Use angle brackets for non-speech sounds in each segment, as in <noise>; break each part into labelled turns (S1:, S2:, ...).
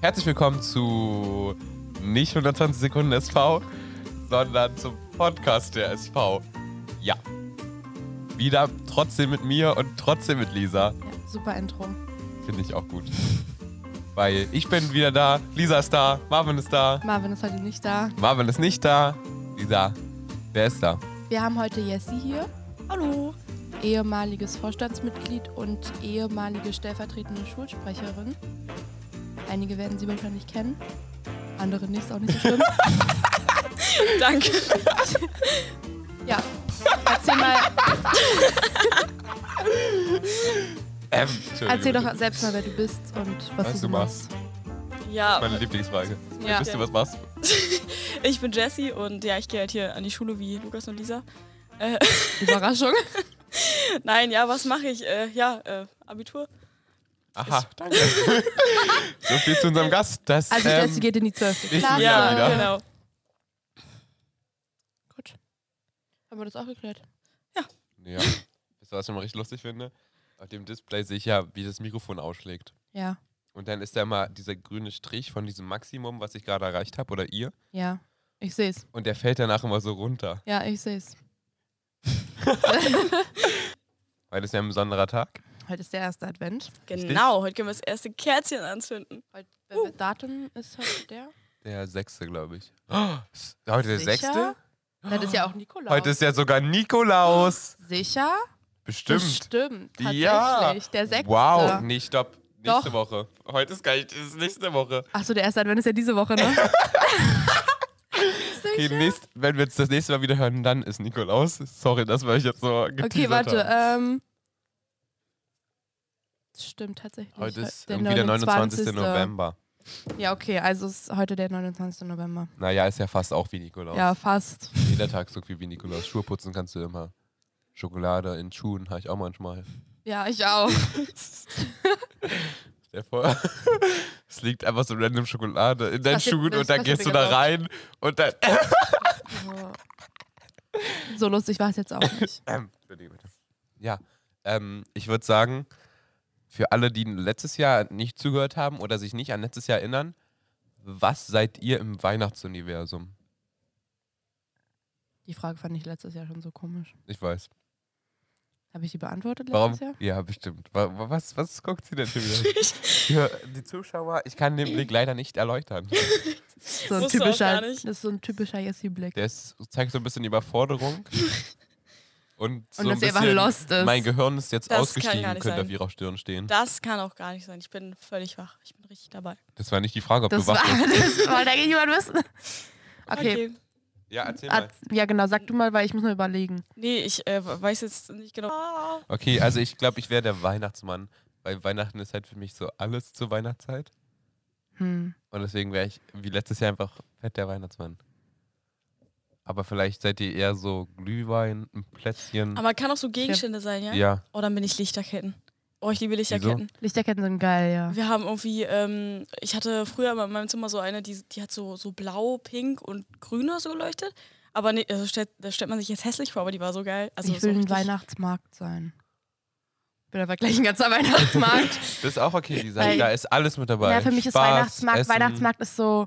S1: Herzlich willkommen zu nicht 120 Sekunden SV, sondern zum Podcast der SV. Ja. Wieder trotzdem mit mir und trotzdem mit Lisa.
S2: Ja, super Intro.
S1: Finde ich auch gut. <laughs> Weil ich bin wieder da, Lisa ist da, Marvin ist da,
S2: Marvin ist heute nicht da.
S1: Marvin ist nicht da. Lisa, wer ist da?
S2: Wir haben heute Jessie hier,
S3: Hallo.
S2: ehemaliges Vorstandsmitglied und ehemalige stellvertretende Schulsprecherin. Einige werden sie wahrscheinlich kennen, andere nicht, ist auch nicht so schlimm.
S3: <laughs> Danke.
S2: <laughs> ja, erzähl mal,
S1: Ähm, Entschuldigung.
S2: erzähl doch selbst mal, wer du bist und was,
S1: Was
S2: du,
S1: du
S2: so machst.
S3: Ja,
S1: Meine Lieblingsfrage.
S3: Ja.
S1: Wisst ihr, was machst?
S3: ich bin Jessie und ja, ich gehe halt hier an die Schule wie Lukas und Lisa. <laughs>
S2: Überraschung.
S3: Nein, ja, was mache ich? Äh, ja, äh, Abitur.
S1: Aha, danke. <laughs> so viel zu unserem Gast. Das,
S2: Also
S1: ähm,
S2: Jessie geht in die 12.
S1: ich
S2: Klasse.
S1: bin Ja, wieder.
S3: genau.
S2: Gut. Haben wir das auch geklärt?
S1: Ja. Weißt du, was ich immer richtig lustig finde? Auf dem Display sehe ich ja, wie das Mikrofon ausschlägt.
S2: Ja,
S1: Und dann ist da mal dieser grüne Strich von diesem Maximum, was ich gerade erreicht habe, oder ihr.
S2: ja. Ich seh's.
S1: Und der fällt danach immer so runter.
S2: Ja, ich seh's.
S1: Weil das ist ja ein besonderer Tag.
S2: Heute ist der erste Advent.
S3: Genau, heute können wir das erste Kerzchen anzünden.
S2: Heute, Datum ist heute der?
S1: Der sechste, glaube ich. Oh, ist heute der
S2: Sicher?
S1: sechste?
S2: Das ist ja auch Nikolaus.
S1: Heute ist ja sogar Nikolaus.
S2: Sicher?
S1: Bestimmt.
S2: Bestimmt. Oh. Tatsächlich.
S1: Ja.
S2: Der sechste.
S1: Wow. Nee, stopp. Nächste
S2: Doch.
S1: Woche. Heute ist gar nicht, ist nächste Woche.
S2: Achso, der erste Advent ist ja diese Woche,
S1: <laughs>
S2: ne?
S1: Okay,
S2: Sicher?
S1: nächst, wenn wir uns das nächste Mal wieder hören, dann ist Nikolaus. Sorry, dass wir euch jetzt so
S2: Okay,
S1: geteasert
S2: warte.
S1: haben.
S2: Ähm, stimmt tatsächlich.
S1: Heute ist
S2: der
S1: irgendwie der 29. November.
S2: Ja, okay, also ist heute der 29. November.
S1: Naja, ist ja fast auch wie Nikolaus.
S2: Ja, fast.
S1: Jeder Tag so viel wie Nikolaus. Schuhe putzen kannst du immer. Schokolade in Schuhen habe ich auch manchmal.
S2: Ja, ich auch.
S1: Stell dir vor, <laughs> es liegt einfach so random Schokolade in deinen
S2: Passiert-
S1: Schuhen
S2: das
S1: und dann
S2: passiert
S1: gehst du
S2: mir
S1: da
S2: genau.
S1: rein und dann. <clears throat>
S2: So. So lustig war es jetzt auch nicht.
S1: Ähm, Entschuldigung, bitte. Ja, ähm, ich würde sagen, für alle, die letztes Jahr nicht zugehört haben oder sich nicht an letztes Jahr erinnern, was seid ihr im Weihnachtsuniversum?
S2: Die Frage fand ich letztes Jahr schon so komisch.
S1: Ich weiß.
S2: Habe ich die beantwortet
S1: Warum?
S2: letztes Jahr?
S1: Ja, bestimmt. Wa- wa- Was, was guckt sie denn schon wieder? Für die Zuschauer, ich kann den Blick leider nicht erläutern.
S2: So ein
S3: Wusste auch
S2: typischer,
S3: gar
S2: das
S3: nicht.
S2: ist so ein typischer Jessie-Blick.
S1: Der ist, zeigt so ein bisschen Überforderung. Und, so ein
S2: Und dass er einfach
S1: bisschen,
S2: lost ist.
S1: Mein Gehirn ist jetzt
S3: Das kann
S1: ausgestiegen,
S3: gar nicht
S1: könnte auf
S3: sein.
S1: ihrer Stirn stehen.
S3: Das kann auch gar nicht sein. Ich bin völlig wach. Ich bin richtig dabei.
S1: Das war nicht die Frage, ob
S2: Das
S1: du
S2: war,
S1: wach
S2: <laughs>
S1: bist.
S2: das wollte eigentlich jemand wissen. Okay.
S1: Ja, erzähl mal.
S2: Arzt- Ja, genau, sag du mal, weil ich muss mir überlegen.
S3: Nee, ich äh, weiß jetzt nicht genau. Ah.
S1: Okay, also ich glaube, ich wäre der Weihnachtsmann, weil Weihnachten ist halt für mich so alles zur Weihnachtszeit.
S2: Hm.
S1: Und deswegen wäre ich wie letztes Jahr einfach fett der Weihnachtsmann. Aber vielleicht seid ihr eher so Glühwein, ein Plätzchen.
S3: Aber kann auch so Gegenstände sein, ja?
S1: ja.
S3: Oh, dann bin ich Lichterketten. Oh, ich liebe Lichterketten.
S2: Lichterketten sind geil, ja.
S3: Wir haben irgendwie, ähm, ich hatte früher immer in meinem Zimmer so eine, die, die hat so, so blau, pink und grün oder so geleuchtet. Aber nee, also stellt, das stellt man sich jetzt hässlich vor, aber die war so geil. Also
S2: ich
S3: so
S2: will ein
S3: richtig-
S2: Weihnachtsmarkt sein. Bin aber gleich ein ganzer <laughs> Weihnachtsmarkt.
S1: <laughs> Das ist auch okay, Lisa.
S2: Äh, Weil-
S1: da ist alles mit dabei.
S2: ja, für mich ist
S1: Spaß,
S2: Weihnachtsmarkt,
S1: Essen.
S2: Weihnachtsmarkt ist so,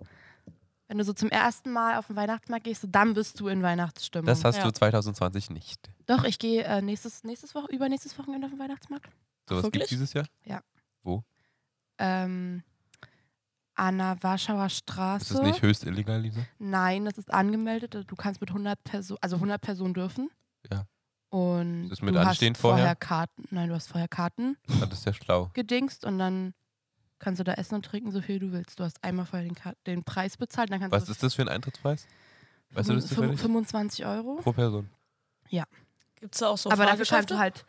S2: wenn du so zum ersten Mal auf den Weihnachtsmarkt gehst, so, dann bist du in Weihnachtsstimmung.
S1: Das hast
S3: Ja.
S1: du 2020 nicht.
S2: Doch, ich gehe äh, nächstes, nächstes Woche, übernächstes Wochenende auf den Weihnachtsmarkt.
S1: So was
S3: Wirklich?
S1: gibt dieses Jahr?
S2: Ähm, an der Warschauer Straße.
S1: Ist das nicht höchst illegal, Lisa?
S2: Nein, das ist angemeldet. Du kannst mit 100 Personen, also 100 Personen dürfen.
S1: Ja.
S2: Und
S1: Ist das mit
S2: du
S1: anstehen
S2: hast
S1: vorher?
S2: Karten. Nein, du hast vorher Karten
S1: Ah, das ist ja schlau.
S2: gedingst und dann kannst du da essen und trinken, so viel du willst. Du hast einmal vorher den, Ka- den Preis bezahlt, dann kannst
S1: Was
S2: du
S1: ist das für ein Eintrittspreis? Weißt du das
S2: also fünf-
S1: zufällig?
S2: 25 Euro.
S1: Pro Person.
S3: Gibt's da auch so
S2: Aber dafür kannst
S3: Fahrgeschäfte?
S2: du halt.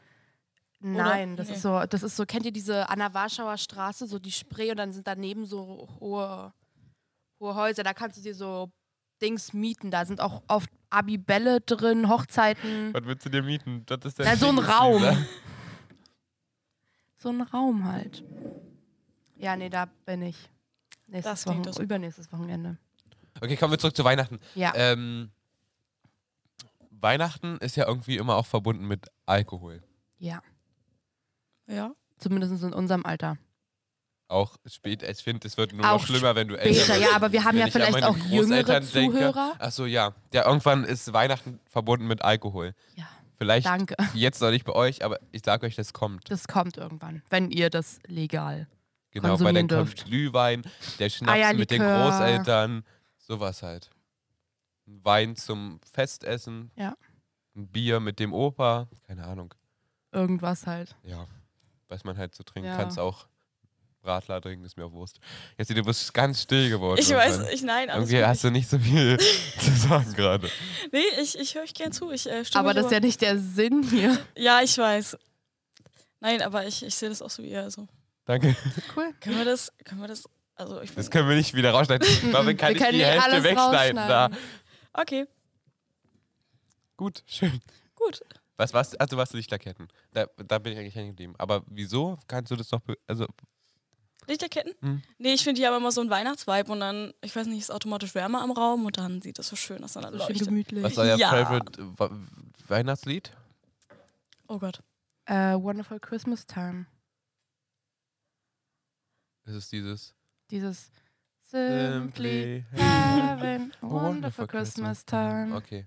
S2: Nein, das
S3: Nee.
S2: ist so, das ist so, kennt ihr diese Anna Warschauer Straße, so die Spree und dann sind daneben so hohe, hohe Häuser, da kannst du dir so Dings mieten, da sind auch oft Abibälle drin, Hochzeiten.
S1: Was willst du dir mieten? Das ist
S2: Hm. Na, so ein Raum. So ein Raum halt. Ja, nee, da bin ich. Nächstes
S3: Das klingt
S2: Wochenende.
S3: doch super.
S2: Übernächstes Wochenende.
S1: Okay, kommen wir zurück zu Weihnachten.
S2: Ja.
S1: Ähm, Weihnachten ist ja irgendwie immer auch verbunden mit Alkohol.
S2: Ja.
S3: Ja.
S2: halt- Zumindest in unserem Alter.
S1: Auch spät, ich finde, es wird nur noch
S2: Auch
S1: schlimmer, wenn du älter
S2: später,
S1: bist.
S2: ja, aber wir haben
S1: Wenn
S2: ja
S1: ich an
S2: vielleicht
S1: meine
S2: auch jüngere
S1: Großeltern denke-
S2: Zuhörer.
S1: Ach so, ja. Ja, irgendwann ist Weihnachten verbunden mit Alkohol.
S2: Ja,
S1: Vielleicht
S2: danke.
S1: <laughs>
S2: <laughs>
S1: jetzt noch nicht bei euch, aber ich sage euch, das kommt.
S2: Das kommt irgendwann, wenn ihr das legal.
S1: Genau, weil dann
S2: konsumieren
S1: kommt
S2: dürft.
S1: Glühwein, der Schnaps mit den
S2: Eierlikör.
S1: Großeltern, sowas halt. Ein Wein zum Festessen.
S2: Ja.
S1: Ein Bier mit dem Opa. Keine Ahnung.
S2: Irgendwas halt.
S1: Ja, was man halt so trinken
S2: Ja.
S1: Kannst auch Radler trinken, ist mir auch Wurst. Jetzt, du bist ganz still geworden.
S3: Ich weiß,
S1: irgendwann.
S3: ich nein, alles
S1: Irgendwie
S3: gut.
S1: hast du nicht so viel <laughs> zu sagen gerade.
S3: Nee, ich, ich höre euch gern zu. Ich, äh, stimme
S2: Aber
S3: euch
S2: das ist ja nicht der Sinn hier.
S3: Ja, ich weiß. Nein, aber ich, ich sehe das auch so wie ihr. Also.
S1: Danke.
S2: Cool.
S3: Können wir das, können wir das, also ich
S1: Das können wir nicht wieder rausschneiden.
S2: <laughs>
S1: Ich glaube, kann
S2: wir
S1: ich
S2: können
S1: die
S2: eh
S1: Hälfte
S2: alles
S1: wegschneiden. Da.
S2: rausschneiden.
S3: Okay,
S1: Gut, schön.
S3: gut.
S1: Was warst du? Also warst du Lichterketten. Da, da bin ich eigentlich hängen geblieben. Aber wieso kannst du das noch. be- Also,
S3: Lichterketten?
S1: Mhm.
S3: Nee, ich finde, die haben immer so einen Weihnachtsvibe und dann, ich weiß nicht, ist automatisch wärmer am Raum und dann sieht das so schön aus. Dann alle
S2: Schön
S3: leuchtet.
S2: gemütlich.
S1: was ist euer
S3: Ja.
S1: Favorite äh, Wa- Weihnachtslied?
S3: Oh Gott.
S2: Äh, wonderful Christmas Time.
S1: Ist es dieses.
S2: Dieses
S1: Simply
S2: Simply having a wonderful Christmas time.
S1: Okay.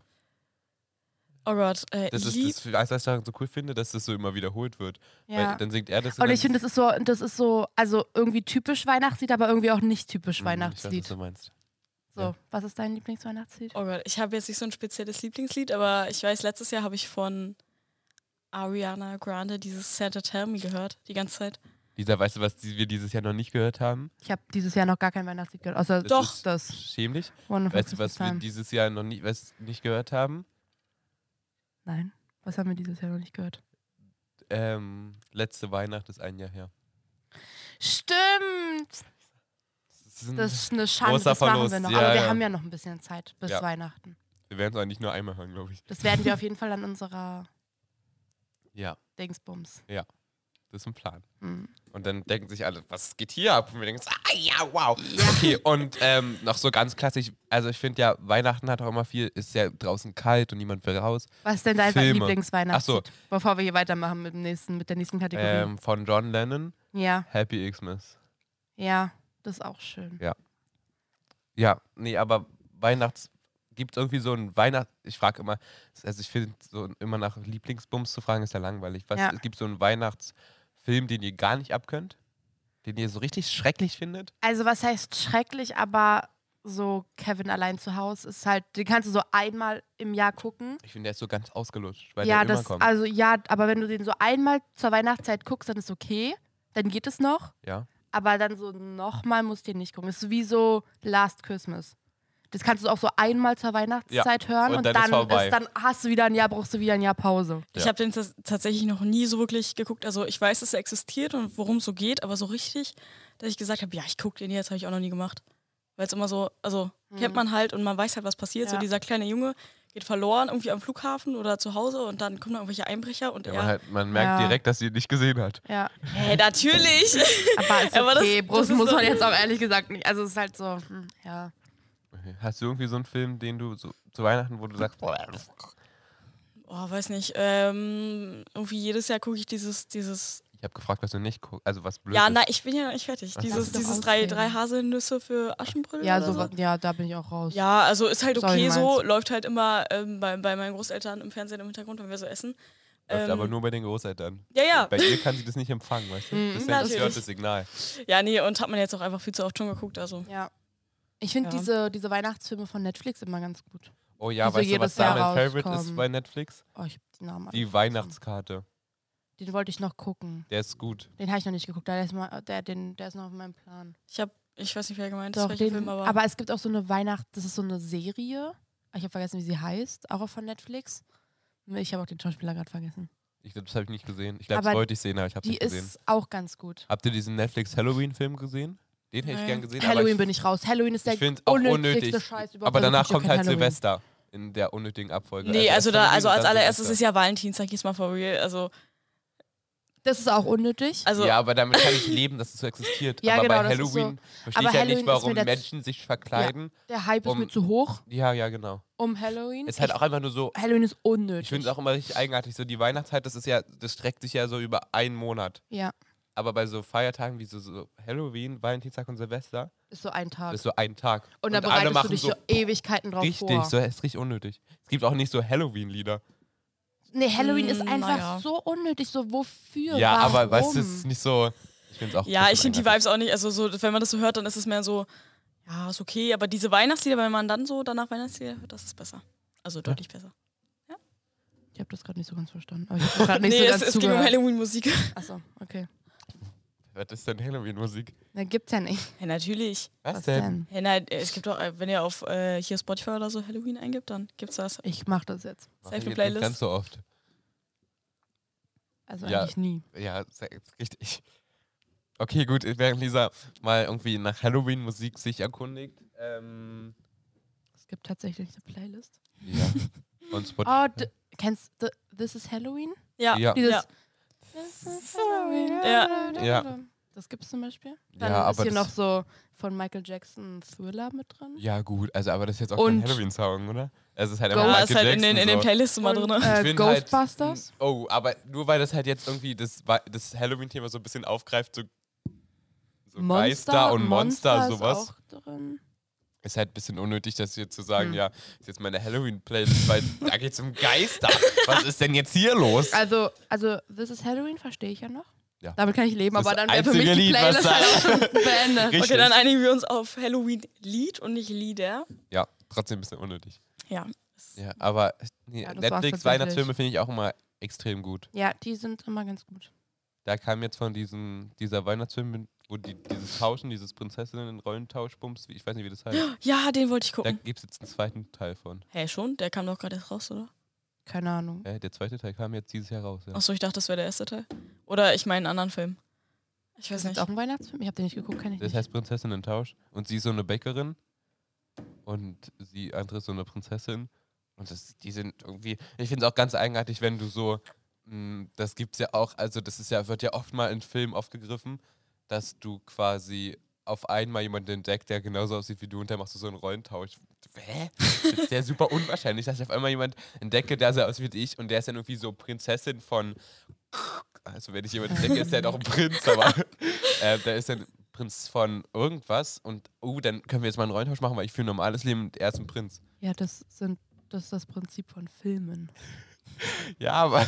S3: Oh Gott. Äh,
S1: Das
S3: lieb-
S1: ist das, was ich daran so cool finde, dass das so immer wiederholt wird.
S2: Ja.
S1: Weil dann singt er das.
S2: Und
S1: dann- Hm,
S2: ich finde, das ist so, das ist so, also irgendwie typisch Weihnachtslied, aber irgendwie auch nicht
S1: Mhm,
S2: typisch
S1: Ich weiß, was
S2: Weihnachtslied.
S1: du meinst. ja.
S2: So, was ist dein Lieblingsweihnachtslied?
S3: Oh Gott, ich habe jetzt nicht so ein spezielles Lieblingslied, aber ich weiß, letztes Jahr habe ich von Ariana Grande dieses Santa Tell Me gehört, die ganze Zeit.
S1: Lisa, weißt du, was die, wir dieses Jahr noch nicht gehört haben?
S2: Ich habe dieses Jahr noch gar kein Weihnachtslied gehört, außer
S1: Das
S2: doch
S1: ist-
S2: das
S1: Schämlich.
S2: Wonderful
S1: Weißt du,
S2: Christmas
S1: was wir
S2: Time.
S1: dieses Jahr noch nie, was nicht gehört haben?
S2: Nein, was haben wir dieses Jahr noch nicht gehört?
S1: Ähm, letzte Weihnacht ist ein Jahr her.
S2: Stimmt!
S1: Das ist ein-
S2: Das ist eine Schande,
S1: Mhm. Großer
S2: das machen wir
S1: Verlust,
S2: noch.
S1: ja,
S2: Aber wir
S1: ja.
S2: haben ja noch ein bisschen Zeit bis
S1: Ja.
S2: Weihnachten.
S1: <laughs> wir werden es eigentlich nur einmal hören, glaube ich.
S2: Das werden wir auf jeden Fall an unserer
S1: <laughs> Ja,
S2: Dingsbums.
S1: das ist ein Plan.
S2: Hm.
S1: Und dann denken sich alle, was geht hier ab? Und wir denken, so, ah ja, wow. Okay, und ähm, noch so ganz klassisch, also ich finde ja, Weihnachten hat auch immer viel, ist ja draußen kalt und niemand will raus.
S2: Was ist denn dein
S1: Filme.
S2: Lieblingsweihnachtslied? Bevor wir hier weitermachen mit, dem nächsten, mit der nächsten Kategorie.
S1: Ähm, von John Lennon,
S2: ja,
S1: Happy Xmas.
S2: ja, das ist auch schön.
S1: Ja, nee, aber Weihnachts. Gibt es irgendwie so ein Weihnachts. Ich frage immer, also ich finde, so immer nach Lieblingsbums zu fragen, ist ja langweilig. Was,
S2: Ja.
S1: Es gibt so einen Weihnachtsfilm, den ihr gar nicht abkönnt? Den ihr so richtig schrecklich findet?
S2: Also, was heißt schrecklich, aber so Kevin allein zu Hause ist halt, den kannst du so einmal im Jahr gucken.
S1: Ich finde, der ist so ganz ausgelutscht, weil
S2: ja,
S1: der immer
S2: das,
S1: kommt.
S2: also ja, aber wenn du den so einmal zur Weihnachtszeit guckst, dann ist okay, dann geht es noch.
S1: Ja.
S2: Aber dann so nochmal musst du den nicht gucken. Das ist wie so Last Christmas. Das kannst du auch so einmal zur Weihnachtszeit hören
S1: und
S2: und,
S1: dann
S2: dann,
S1: ist vorbei.
S2: dann hast du wieder ein Jahr, brauchst du wieder ein Jahr Pause.
S3: Ich
S1: Ja.
S3: habe den tats- tatsächlich noch nie so wirklich geguckt. Also ich weiß, dass er existiert und worum es so geht, aber so richtig, dass ich gesagt habe, ja, ich gucke den jetzt, habe ich auch noch nie gemacht. Weil es immer so, also kennt man halt und man weiß halt, was passiert. So
S2: Ja.
S3: dieser kleine Junge geht verloren irgendwie am Flughafen oder zu Hause und dann kommen da irgendwelche Einbrecher und
S1: Ja,
S3: er,
S1: man, halt, man merkt
S2: Ja.
S1: direkt, dass sie ihn nicht gesehen hat.
S2: Ja.
S1: <laughs>
S3: hey, natürlich!
S2: Aber
S3: <laughs>
S2: ist
S3: Aber das-
S2: okay,
S3: das
S2: Brust
S3: ist
S2: muss
S3: so-
S2: man jetzt auch ehrlich gesagt nicht. Also es ist halt so, hm, ja.
S1: Okay. Hast du irgendwie so einen Film, den du so, zu Weihnachten, wo du sagst, boah,
S3: oh, weiß nicht. Ähm, irgendwie jedes Jahr gucke ich dieses, dieses.
S1: ich habe gefragt, was du nicht guckst, also was blöd
S3: Ja,
S1: ist.
S3: nein, ich bin ja noch nicht fertig.
S1: Ach,
S3: Dieses,
S1: lass
S2: doch
S3: dieses drei,
S2: ausreden.
S3: drei Haselnüsse für Aschenbrille.
S2: Ja,
S3: oder
S2: so,
S3: so.
S2: wa- ja, da bin ich auch raus.
S3: Ja, also ist halt
S2: Sorry,
S3: okay so.
S2: meins.
S3: Läuft halt immer ähm, bei, bei meinen Großeltern im Fernsehen im Hintergrund, wenn wir so essen.
S1: Läuft
S3: Ähm,
S1: aber nur bei den Großeltern.
S3: Ja, ja.
S1: Bei ihr kann sie das nicht empfangen, weißt du?
S2: Mhm,
S1: Das ist ja das
S3: natürlich.
S1: hörte Signal.
S3: Ja, nee, und hat man jetzt auch einfach viel zu oft schon geguckt. Also.
S2: Ja. Ich finde
S3: Ja.
S2: diese, diese Weihnachtsfilme von Netflix immer ganz gut.
S1: Oh ja,
S2: Die so
S1: weißt du,
S2: jedes
S1: was da
S2: Jahr
S1: mein Favorite ist
S2: rauskommen.
S1: bei Netflix?
S2: Oh, ich hab die Namen alle
S1: Die
S2: vergessen.
S1: Weihnachtskarte.
S2: Den wollte ich noch gucken.
S1: Der ist gut.
S2: Den habe ich noch nicht geguckt. Der ist, mal, der, den, der ist noch auf meinem Plan.
S3: Ich habe, ich weiß nicht, wer gemeint ist,
S2: Doch,
S3: welcher
S2: den,
S3: Film,
S2: aber,
S3: aber.
S2: es gibt auch so eine Weihnacht, das ist so eine Serie. Ich habe vergessen, wie sie heißt, auch von Netflix. Ich habe auch den Schauspieler gerade vergessen.
S1: Ich glaube, das habe ich nicht gesehen. Ich glaube, das
S2: Aber
S1: wollte ich sehen, aber ich habe es
S2: Die
S1: nicht gesehen.
S2: ist auch ganz gut.
S1: Habt ihr diesen Netflix Halloween-Film gesehen? Den hätte ich
S3: Nein.
S1: gern gesehen.
S2: Halloween
S1: aber
S2: bin ich raus. Halloween ist
S1: ich,
S2: der
S1: ich finde auch
S2: unnötigste
S1: unnötig.
S2: Scheiß überhaupt.
S1: aber
S2: Also
S1: danach
S2: guck ich
S1: kommt
S2: kein
S1: halt
S2: Halloween.
S1: Silvester in der unnötigen Abfolge.
S3: Nee, also
S1: erst
S3: da,
S1: Halloween,
S3: also als
S1: dann
S3: allererstes ist
S1: Silvester.
S3: ja Valentinstag, jetzt mal for real. Also,
S2: Das ist auch unnötig.
S3: also
S1: ja, aber damit kann ich leben, dass es so existiert.
S2: Ja,
S1: aber bei
S2: genau, das ist so.
S1: Halloween verstehe
S2: Aber
S1: ich ja
S2: Halloween
S1: nicht,
S2: ist
S1: warum
S2: mir der-
S1: Menschen sich verkleiden.
S2: der Hype ist
S1: um-
S2: mir zu hoch
S1: Ja, ja, genau.
S2: um Halloween.
S1: Ist halt
S2: ich,
S1: auch einfach nur so,
S2: Halloween ist unnötig.
S1: Ich finde es auch immer richtig eigenartig. So die Weihnachtszeit, das ist ja, das streckt sich ja so über einen Monat.
S2: Ja.
S1: Aber bei so Feiertagen wie so, so Halloween, Valentinstag und Silvester
S2: Ist so ein Tag.
S1: ist so ein Tag.
S2: und da
S1: alle
S2: bereitest du
S1: machen
S2: dich
S1: so
S2: so Ewigkeiten drauf
S1: richtig,
S2: vor.
S1: so ist richtig unnötig. Es gibt auch nicht so Halloween-Lieder.
S2: nee, Halloween
S3: Mm,
S2: ist einfach
S3: naja.
S2: so unnötig. So, wofür?
S1: Ja,
S2: Warum?
S1: aber weißt du, es ist nicht so. Ich finde es auch.
S3: Ja, ich finde die
S1: Vibes.
S3: Vibes auch nicht, also so, wenn man das so hört, dann ist es mehr so, ja, ist okay, aber diese Weihnachtslieder, wenn man dann so danach Weihnachtslieder hört, das ist besser. Also deutlich besser.
S2: Ich habe das gerade nicht so ganz verstanden. Aber ich
S3: <laughs>
S2: habe gerade nicht
S3: nee,
S2: so
S3: es,
S2: ganz
S3: es ging um
S2: zugehört.
S3: Halloween-Musik.
S2: <laughs> Achso, okay.
S1: Was ist denn Halloween-Musik?
S2: Da gibt's ja nicht.
S3: Ja, natürlich.
S1: Was,
S2: Was
S1: denn?
S2: denn?
S3: Ja, nein, es gibt doch, äh, wenn ihr auf äh, hier Spotify oder so Halloween eingibt, dann gibt's das.
S2: Ich mach das jetzt.
S1: Mach
S3: Safe
S1: ich jetzt
S3: Playlist.
S1: Nicht ganz so oft.
S2: Also
S1: Ja.
S2: eigentlich nie.
S1: Ja, sehr- richtig. Okay, gut, während Lisa mal irgendwie nach Halloween-Musik sich erkundigt. Ähm,
S2: Es gibt tatsächlich eine Playlist.
S1: ja. <laughs> Und Spotify.
S2: Oh, d- kennst du This is Halloween?
S3: Ja,
S1: Ja.
S3: ja.
S2: Dieses-
S3: ja.
S2: This is Halloween.
S3: Ja.
S1: Ja.
S2: Das gibt's zum Beispiel.
S1: Ja,
S2: Dann ist
S1: aber
S2: hier
S1: das-
S2: noch so von Michael Jackson Thriller mit drin.
S1: ja, gut, also aber das ist jetzt auch
S2: Und-
S1: kein Halloween-Song, oder? Es ist halt
S2: Go-
S1: immer
S3: Aber
S1: Michael
S3: ist halt in den, in
S1: Jackson
S3: den
S1: so.
S3: Playlists immer
S2: Und,
S3: drin.
S1: Ich
S2: Äh,
S1: finde halt-
S2: Ghostbusters?
S1: oh, aber nur weil das halt jetzt irgendwie das, Wei- das Halloween-Thema so ein bisschen aufgreift, so, so Geister und Monster,
S2: ist
S1: sowas.
S2: Auch drin.
S1: Ist halt ein bisschen unnötig, das jetzt zu sagen,
S2: Hm.
S1: ja, ist jetzt meine Halloween-Playlist, weil da geht's um Geister. Was ist denn jetzt hier los?
S2: Also, also This is Halloween verstehe ich ja noch.
S1: Ja.
S2: Damit kann ich leben,
S1: Das
S2: aber dann wäre für
S1: einzige
S2: mich die
S1: Lied, was
S2: Playlist
S1: <laughs>
S2: halt auch schon beendet.
S1: Richtig.
S3: Okay, dann einigen wir uns auf Halloween-Lied und nicht Lieder.
S1: Ja, trotzdem ein bisschen unnötig.
S3: Ja.
S1: Ja, aber nee,
S2: Ja, das war's
S1: Netflix
S2: tatsächlich.
S1: Weihnachtsfilme finde ich auch immer extrem gut.
S2: Ja, die sind immer ganz gut.
S1: Da kam jetzt von diesem, dieser Weihnachtsfilm, mit- wo die, dieses Tauschen, dieses Prinzessinnen-Rollentauschbums, wie- ich weiß nicht, wie das heißt.
S2: <gasps>
S3: Ja, den wollte ich
S1: Da
S3: gucken.
S1: gibt es jetzt einen zweiten Teil von.
S3: Hä, hey, schon? Der kam doch gerade erst raus, oder?
S2: Keine Ahnung.
S1: Äh, der zweite Teil kam jetzt dieses Jahr raus. Ja.
S3: Achso, ich dachte, das wäre der erste Teil. Oder ich meine einen anderen Film. Ich weiß
S2: Ist das
S3: nicht.
S2: auch ein Weihnachtsfilm? Ich habe den nicht geguckt, kann ich
S1: Das
S2: nicht.
S1: heißt Prinzessinnen-Tausch. Und sie ist so eine Bäckerin. Und sie andere ist so eine Prinzessin. Und das, die sind irgendwie. Ich finde es auch ganz eigenartig, wenn du so. mh, Das gibt's ja auch. Also, das ist ja, wird ja oft mal in Filmen aufgegriffen, dass du quasi auf einmal jemanden entdeckst, der genauso aussieht wie du und dann machst du so einen Rollentausch. Hä? Das ist ja super unwahrscheinlich, dass ich auf einmal jemand entdecke, der so aussieht wie ich und der ist dann irgendwie so Prinzessin von. Also, wenn ich jemanden entdecke, ist der doch ein Prinz, aber äh, da ist dann Prinz von irgendwas und, oh, dann können wir jetzt mal einen Rollentausch machen, weil ich fühle ein normales Leben und er ist ein Prinz.
S2: Ja, das, sind, das ist das Prinzip von Filmen.
S1: Ja, aber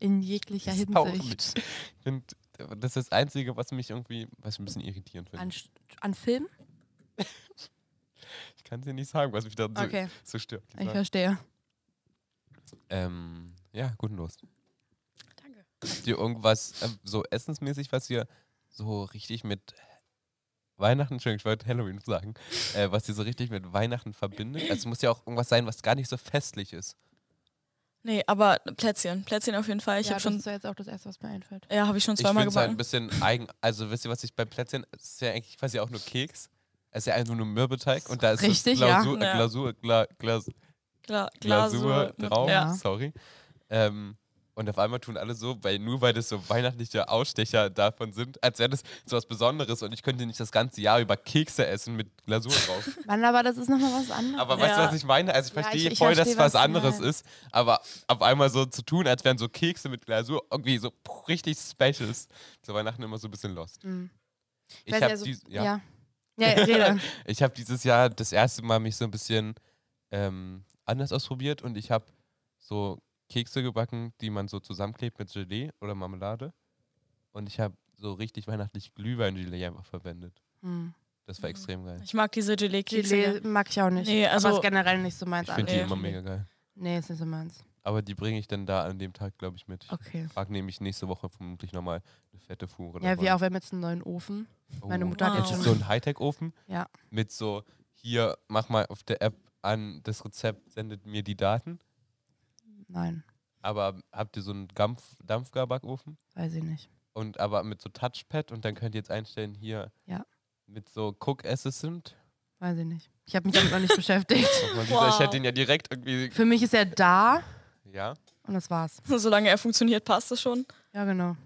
S2: In jeglicher
S1: Das ist auch
S2: Hinsicht.
S1: und das ist das Einzige, was mich irgendwie, was ich ein bisschen irritierend
S2: An,
S1: finde.
S2: Sch- an Film?
S1: Ich kann dir nicht sagen, was mich da so,
S2: Okay,
S1: so stört.
S2: ich
S1: Lisa.
S2: verstehe.
S1: Ähm, ja, guten Los.
S3: Danke.
S1: Habt ihr irgendwas ähm, so essensmäßig, was ihr so richtig mit Weihnachten, Entschuldigung, ich wollte Halloween sagen, äh, was ihr so richtig mit Weihnachten verbindet? Also, es muss ja auch irgendwas sein, was gar nicht so festlich ist.
S3: Nee, aber Plätzchen. Plätzchen auf jeden Fall. Ich
S2: ja,
S3: habe schon,
S2: das ist jetzt auch das Erste, was mir einfällt.
S3: ja, hab ich schon
S1: Ich finde
S3: zweimal
S1: es halt ein
S3: gebacken.
S1: bisschen eigen. Also, wisst ihr, was ich bei Plätzchen. Es ist ja eigentlich quasi auch nur Keks. Es ist ja einfach nur Mürbeteig und da ist so
S2: Richtig, ja.
S1: Glasur,
S3: Ja.
S1: Glasur, Gla, Glas,
S3: Gla
S1: Glasur
S3: mit-
S1: drauf.
S3: Ja.
S1: Sorry. Ähm, und auf einmal tun alle so, weil nur weil das so weihnachtliche Ausstecher davon sind, als wäre das so was Besonderes und ich könnte nicht das ganze Jahr über Kekse essen mit Glasur
S2: <laughs>
S1: drauf.
S2: Mann, aber das ist nochmal was anderes.
S1: Aber
S3: Ja.
S1: weißt du, was ich meine? Also ich
S2: Ja, ich-
S1: verstehe
S2: ich
S1: voll,
S2: verstehe,
S1: dass es was
S2: was du
S1: anderes
S2: meinst.
S1: ist, aber auf einmal so zu tun, als wären so Kekse mit Glasur irgendwie so puh, richtig Specials zu Weihnachten immer so ein bisschen lost.
S2: Hm.
S1: Ich
S2: Weiß
S1: habe
S2: ja, so-
S1: dies, ja.
S2: ja. Ja,
S1: <laughs>
S2: rede.
S1: Ich hab dieses Jahr das erste Mal mich so ein bisschen ähm, anders ausprobiert und ich habe so Kekse gebacken, die man so zusammenklebt mit Gelee oder Marmelade. Und ich habe so richtig weihnachtlich Glühwein-Gelee einfach verwendet.
S2: Hm.
S1: Das war
S3: Mhm.
S1: extrem geil.
S3: Ich mag diese Gelee-Kekse.
S2: Gelee mag ich auch nicht.
S3: Nee, also-
S2: aber ist generell nicht so meins.
S1: Ich finde die
S3: nee.
S1: immer mega geil.
S2: Nee, ist nicht so meins.
S1: Aber die bringe ich dann da an dem Tag, glaube ich, mit.
S2: Okay.
S1: Ich mag nämlich nächste Woche vermutlich nochmal eine fette Fuhre.
S2: Ja, wir
S1: davon.
S2: auch, wir haben jetzt einen neuen Ofen.
S1: Oh.
S2: Meine Mutter hat
S3: Wow.
S2: jetzt
S1: Das
S2: schon. <laughs>
S1: ist so ein Hightech-Ofen
S2: Ja.
S1: mit so, hier, mach mal auf der App an das Rezept, sendet mir die Daten.
S2: Nein,
S1: Aber habt ihr so einen Dampf Dampfgarbackofen?
S2: weiß ich nicht.
S1: Und aber mit so Touchpad und dann könnt ihr jetzt einstellen hier
S2: Ja.
S1: mit so Cook Assistant.
S2: Weiß ich nicht. Ich habe mich damit noch
S1: <laughs>
S2: nicht beschäftigt.
S1: Guck mal, Lisa,
S3: Wow.
S1: Ich hätte ihn ja direkt irgendwie.
S2: Für mich ist er da
S1: Ja.
S2: und das war's.
S3: <laughs> Solange er funktioniert, passt es schon.
S2: Ja, genau.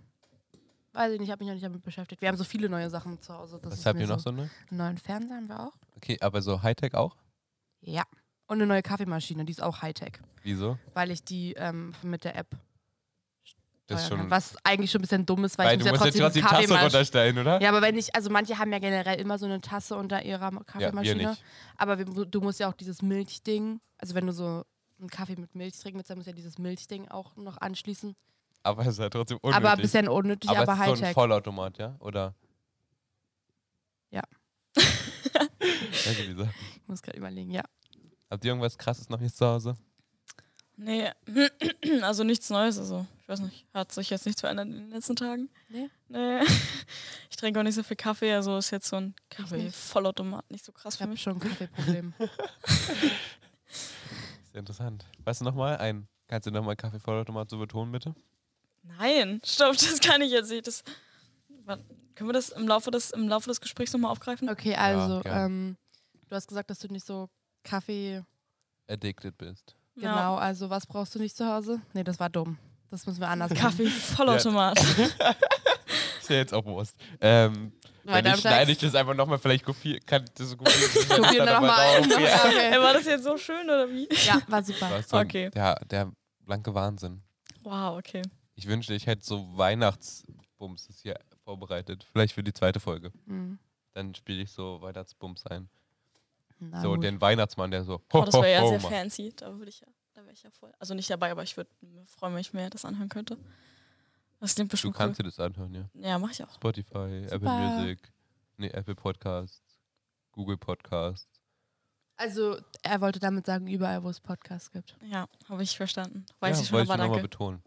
S2: Weiß ich nicht, habe mich noch nicht damit beschäftigt. Wir haben so viele neue Sachen zu Hause. Das
S1: Was
S2: ist
S1: habt
S2: mir
S1: ihr noch so ne?
S2: Einen neuen Fernseher haben wir auch.
S1: Okay, aber so Hightech auch?
S2: Ja. Und eine neue Kaffeemaschine, die ist auch Hightech,
S1: Wieso?
S2: weil ich die ähm, mit der App
S1: Das ist
S2: steuern kann.
S1: schon.
S2: Was eigentlich schon ein bisschen dumm ist, weil,
S1: weil
S2: ich
S1: du
S2: muss
S1: musst
S2: ja trotzdem,
S1: trotzdem die
S2: Kaffee
S1: Tasse
S2: mal-
S1: runterstellen, oder?
S2: Ja, aber wenn ich, also manche haben ja generell immer so eine Tasse unter ihrer
S1: ja wir
S2: Kaffeemaschine.
S1: nicht.
S2: Aber wir- du musst ja auch dieses Milchding, also wenn du so einen Kaffee mit Milch trinken willst, dann musst du ja dieses Milchding auch noch anschließen.
S1: Aber es ist halt trotzdem unnötig.
S2: Aber ein bisschen unnötig,
S1: aber
S2: aber,
S1: es ist so ein
S2: Hightech.
S1: Vollautomat, ja? Oder?
S2: Ja.
S1: <laughs> Danke, Lisa.
S2: ich muss gerade überlegen, ja.
S1: Habt ihr irgendwas krasses noch hier zu Hause?
S3: Nee, <clears throat> also nichts Neues. Also, ich weiß nicht, hat sich jetzt nichts verändert in den letzten Tagen.
S2: Nee.
S3: Nee. <laughs> Ich trinke auch nicht so viel Kaffee, also ist jetzt so ein
S2: nicht.
S3: Kaffee-Vollautomat nicht so krass
S2: Ich
S3: für
S2: habe
S3: mich.
S2: schon ein Kaffeeproblem.
S1: Ist ja interessant. Weißt du nochmal ein? Kannst du nochmal Kaffee Vollautomat so betonen, bitte?
S3: Nein, stopp, das kann ich jetzt nicht. Das, Warte, können wir das im Laufe des, im Laufe des Gesprächs nochmal aufgreifen?
S2: Okay, also,
S1: gerne.
S2: ähm, du hast gesagt, dass du nicht so Kaffee,
S1: Addicted bist.
S2: genau, also was brauchst du nicht zu Hause? Nee, das war dumm. Das müssen wir
S3: <laughs>
S2: anders
S3: Ja.
S2: machen.
S3: Kaffee-Vollautomat.
S2: <laughs>
S1: Ist ja jetzt auch bewusst. Ähm,
S2: Weil
S1: wenn ich
S2: dann
S1: schneide ich <laughs>
S2: sagst-
S1: das einfach nochmal, vielleicht kopiere, kann ich das so
S2: <laughs>
S1: kopieren.
S2: Probier
S1: dann
S2: noch
S1: aber
S2: mal
S1: <laughs>
S2: einen.
S1: drauf.
S2: <laughs>
S1: Ja.
S3: Ey,
S2: Kaffee.
S3: War das jetzt so schön oder wie?
S2: Ja, war super.
S1: Das ist so ein-
S3: Okay.
S1: Der, der blanke Wahnsinn.
S3: Wow, okay.
S1: Ich wünschte, ich hätte so Weihnachtsbums ist hier vorbereitet. Vielleicht für die zweite Folge.
S2: Mhm.
S1: Dann spiele ich so Weihnachtsbums ein.
S2: Na
S1: so
S2: gut.
S1: den Weihnachtsmann, der so.
S3: Oh, das wäre ja
S1: <laughs> ho, ho,
S3: sehr
S1: macht.
S3: fancy. Da würde ich ja, da wäre ich ja voll. Also nicht dabei, aber ich würde freuen, wenn ich mir das anhören könnte. Das klingt
S1: Du
S3: bestimmt cool.
S1: kannst dir das anhören, ja.
S3: Ja, mache ich auch.
S1: Spotify, Apple
S2: Super.
S1: Music, nee, Apple Podcasts, Google Podcasts.
S2: Also, er wollte damit sagen, überall, wo es Podcasts gibt.
S3: Ja, habe ich verstanden. Weiß
S1: ja,
S3: ich schon,
S1: wollte
S3: aber
S1: ich nur noch mal
S3: danke.
S1: betonen.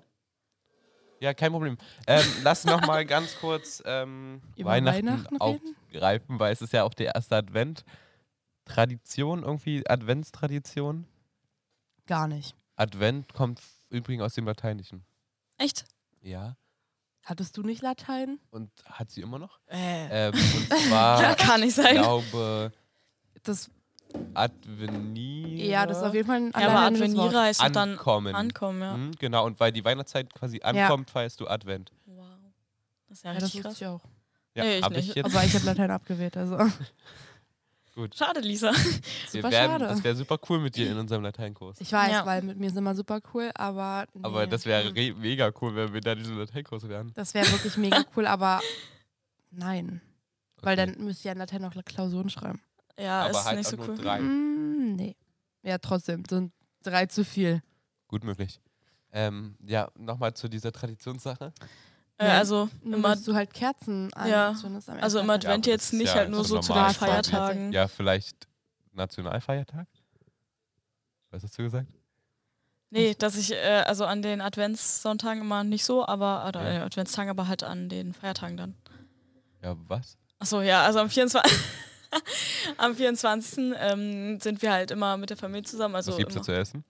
S1: Ja, kein Problem. Ähm, <laughs> lass noch mal ganz kurz ähm,
S2: Über
S1: Weihnachten,
S2: Weihnachten reden?
S1: aufgreifen, weil es ist ja auch der erste Advent. Tradition irgendwie, Adventstradition.
S2: Gar nicht.
S1: Advent kommt f- übrigens aus dem Lateinischen.
S3: Echt?
S1: Ja.
S2: Hattest du nicht Latein?
S1: Und hat sie immer noch?
S3: Äh.
S1: Ähm,
S3: <laughs>
S1: und zwar,
S3: Ja, kann nicht
S1: ich
S3: sein.
S1: glaube,
S2: Das,
S1: Advenier.
S2: ja, das ist auf jeden Fall ein
S3: Ja, aber
S2: anderes Wort.
S3: Advenira ist und dann
S1: Ankommen.
S3: ankommen, ja.
S1: Mhm, genau, und weil die Weihnachtszeit quasi ankommt, feierst du Advent.
S3: Wow. Das ist ja
S2: Ja, das
S3: richtig
S2: wusste
S3: krass.
S2: ich auch.
S1: Ja,
S3: Nee, ich
S1: hab ich
S3: nicht.
S1: jetzt. <laughs>
S2: Aber ich habe Latein abgewählt, also
S1: Gut.
S3: Schade, Lisa. <laughs>
S1: Wir
S2: <laughs> super
S1: werden,
S2: schade.
S1: das wäre super cool mit dir in unserem Lateinkurs.
S2: Ich weiß,
S3: Ja.
S2: weil mit mir ist immer super cool, aber. Nee. Mhm.
S1: Aber das wäre re- mega cool, wenn wir da diesen Lateinkurs wären.
S2: Das wäre wirklich mega cool, aber nein. Weil
S1: Okay.
S2: dann ah, müsst ihr ja in Latein noch Klausuren schreiben.
S3: Ja,
S1: Aber
S3: ist
S1: halt
S3: nicht
S1: auch
S3: so
S1: nur
S3: cool.
S1: drei.
S2: Mm, nee. Ja, trotzdem, sind drei zu viel.
S1: Gut möglich. Ähm, ja, nochmal zu dieser Traditionssache.
S3: Äh,
S2: Ja.
S3: also
S2: Nur,
S3: immer,
S2: dass du halt Kerzen
S3: Ja.
S2: anzündest am
S3: also
S2: ersten
S3: im
S2: Advent.
S3: Advent
S1: Ja, aber
S3: jetzt
S1: das ist
S3: nicht,
S1: ja
S3: halt nur
S1: jetzt
S3: so
S1: im
S3: zu den
S2: normalen Fall jetzt.
S3: Feiertagen.
S1: Ja, vielleicht Nationalfeiertag? Was hast du gesagt?
S3: Nee, dass ich äh, also an den Adventssonntagen immer nicht so, aber oder
S1: Ja.
S3: an den Adventstagen, aber halt an den Feiertagen dann.
S1: Ja, was?
S3: Achso, ja, also am 24. <laughs> am 24. Ähm, sind wir halt immer mit der Familie zusammen. Also
S1: was gibt's da
S3: immer,
S1: zu essen?